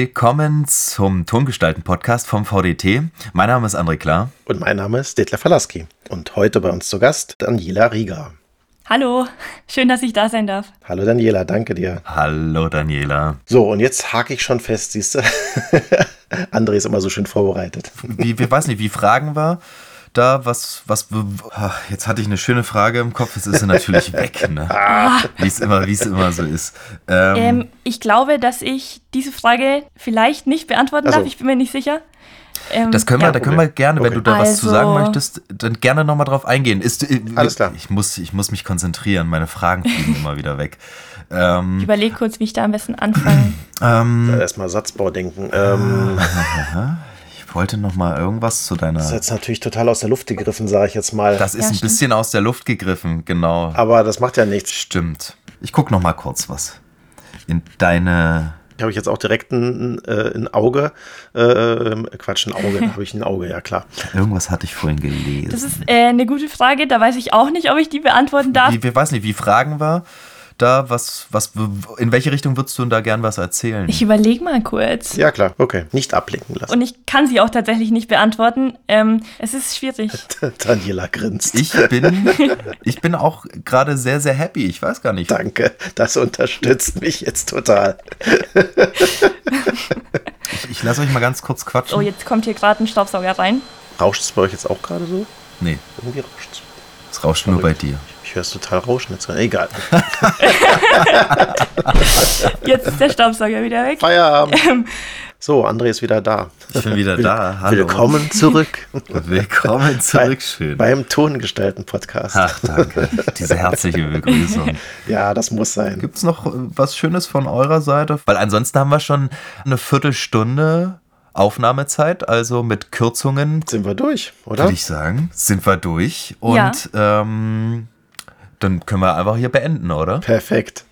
Willkommen zum Tongestalten-Podcast vom VDT. Mein Name ist André Klar. Und mein Name ist Detlef Falaski. Und heute bei uns zu Gast Daniela Rieger. Hallo, schön, dass ich da sein darf. Hallo Daniela, danke dir. Hallo Daniela. So, und jetzt hake ich schon fest, siehst du. André ist immer so schön vorbereitet. Wie, wir weiß nicht, wie Fragen war da was, was, ach, jetzt hatte ich eine schöne Frage im Kopf, jetzt ist sie natürlich weg, ne? wie es immer, wie es immer so ist. Ähm, Ähm, ich glaube, dass ich diese Frage vielleicht nicht beantworten Ach so. darf. Ich bin mir nicht sicher. Ähm, das können wir, ja. da können wir gerne, wenn Okay. du da was zu Also- sagen möchtest, dann gerne nochmal drauf eingehen. Ist, äh, Alles klar. Ich muss, ich muss mich konzentrieren, meine Fragen fliegen immer wieder weg. Ähm, Ich überlege kurz, wie ich da am besten anfange. ähm, Erstmal Satzbau denken. Ähm, Ah. ich wollte nochmal irgendwas zu deiner. das ist jetzt natürlich total aus der Luft gegriffen, sage ich jetzt mal. Das ist Ja, ein stimmt. bisschen aus der Luft gegriffen, genau. Aber das macht ja nichts. Stimmt. Ich guck noch mal kurz was in deine. Habe ich jetzt auch direkt ein, äh, ein Auge. Äh, ähm, Quatsch, ein Auge. Da habe ich ein Auge, ja klar. Irgendwas hatte ich vorhin gelesen. Das ist äh, eine gute Frage, da weiß ich auch nicht, ob ich die beantworten darf. wie, wir weiß nicht, wie Fragen war da was was in welche Richtung würdest du denn da gern was erzählen? Ich überlege mal kurz. Ja klar, okay. Nicht ablenken lassen. Und ich kann sie auch tatsächlich nicht beantworten. Ähm, es ist schwierig. Daniela grinst. Ich bin ich bin auch gerade sehr sehr happy. Ich weiß gar nicht. Danke, das unterstützt mich jetzt total. Ich, ich lasse euch mal ganz kurz quatschen. Oh, jetzt kommt hier gerade ein Staubsauger rein. Rauscht es bei euch jetzt auch gerade so? Nee, Irgendwie rauscht es. es rauscht nur bei dir. Ich höre es total rauschen jetzt. gerade. Egal. Jetzt ist der Staubsauger wieder weg. Feierabend. So, André ist wieder da. Ich bin wieder da. Hallo. Willkommen zurück. Willkommen zurück, schön. Beim Tongestalten-Podcast. Ach, danke. Diese herzliche Begrüßung. Ja, das muss sein. Gibt es noch äh, was Schönes von eurer Seite? Weil ansonsten haben wir schon eine Viertelstunde Aufnahmezeit, also mit Kürzungen, Sind wir durch, oder? würde ich sagen, sind wir durch. Und ähm, dann können wir einfach hier beenden, oder? Perfekt.